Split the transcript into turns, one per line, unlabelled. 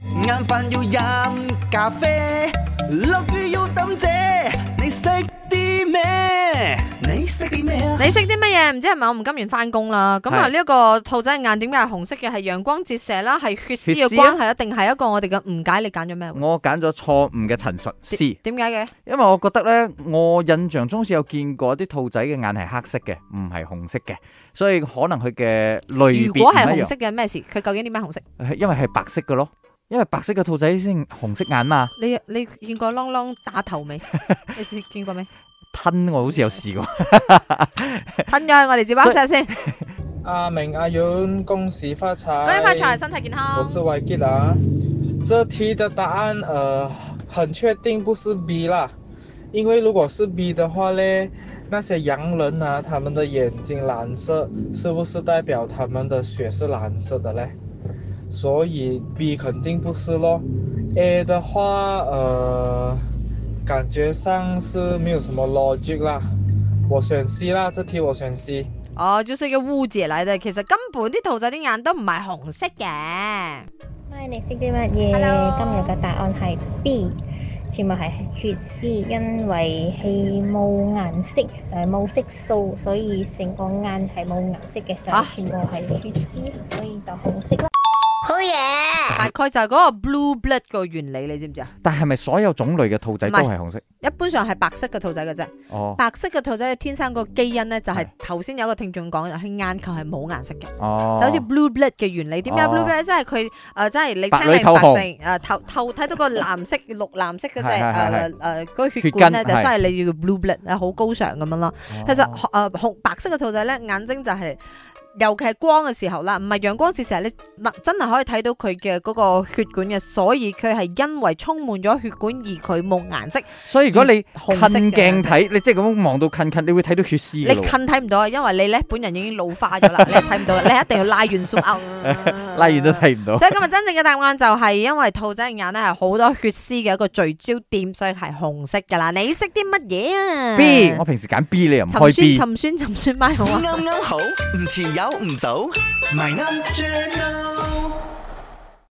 晏飯要飲咖啡，落雨要抌遮，你識啲咩？你識啲咩啊？
你識啲乜嘢？唔知係咪我唔甘願翻工啦？咁啊，
係
呢一個兔仔嘅眼點解係紅色嘅？係陽光折射啦，係血絲嘅
血絲啊
關係，一定係一個我哋嘅誤解。你揀咗咩？
我揀咗錯誤嘅陳
嗯
述 C，
點解嘅？
因為我覺得呢，我印象中是有見過啲兔仔嘅眼係黑色嘅，唔係紅色嘅，所以可能佢嘅類別
如果係
唔一
紅
樣
色嘅咩事？佢究竟點解紅色？
係因為係白色嘅咯，因為白色嘅兔仔先紅色眼嘛，
你你見過啷啷打頭 未？你試見過未？
吞我好似有試 過。
吞咗去我哋接巴士 先。恭
阿明、阿勇，恭喜发财！
喜發財，！身體健康
我。是 y k i 啊。这题的答案呃，很确定不是 B 啦，因为如果是 B 的话嘞，那些洋人啊，他们的眼睛蓝色，是不是代表他们的血是蓝色的嘞？所以 B 肯定不是咯。A 的话，呃，感觉上是没有什么 logic 啦，我选 C 啦，这题我选 C。
哦，就是一個污字嚟嘅，其實根本啲兔仔啲眼都唔係紅色嘅。
咪你識啲乜嘢
Hello
今日嘅答案係 B，全部係血絲，因為氣冇顏色，就係、冇色素，所以成個眼係冇顏色嘅，就
啊
係全部係血絲，所以就紅色啦。
大概就係嗰個 blue blood 個原理，你知唔知啊？
但係咪所有種類嘅兔仔都
唔
係紅色？
一般上係白色嘅兔仔嘅啫。
哦
白色嘅兔仔嘅天生個基因咧，就係
係
頭先有個聽眾講，佢眼球係冇顏色嘅，
哦，
就好似 blue blood 嘅原理。點解
哦
blue blood 即係佢誒，即係你
白
青
裏
靚
透
白
紅
淨誒透透睇到個藍 色、綠藍色嗰只
係係係
誒誒嗰個血管咧，
血
就
筋
所以你叫 blue blood 啊，好高尚咁樣咯。其實
哦
誒紅白色嘅兔仔咧，眼睛就係。尤其係光嘅時候啦，唔係陽光折射，你真係可以睇到佢嘅嗰個血管嘅，所以佢係因為充滿咗血管而佢冇顏色。
所以如果你
紅色嘅
近鏡睇，你即係咁樣望到近近，你會睇到血絲
你
嘅
近
咯。
睇唔到啊，因為你咧本人已經老化咗 啦，你係睇唔到嘅，你一定要拉遠 zoom out，
拉遠都。睇唔到。
所以今日真正嘅答案就係因為兔仔嘅眼咧係好多血絲嘅一個聚焦點，所以係紅色噶啦。你識啲乜嘢啊
B，我平時揀 B，你又唔
沉
開
酸
B。
沉酸 沉酸咪好啊！
啱啱好，唔遲有唔早，咪啱 channel。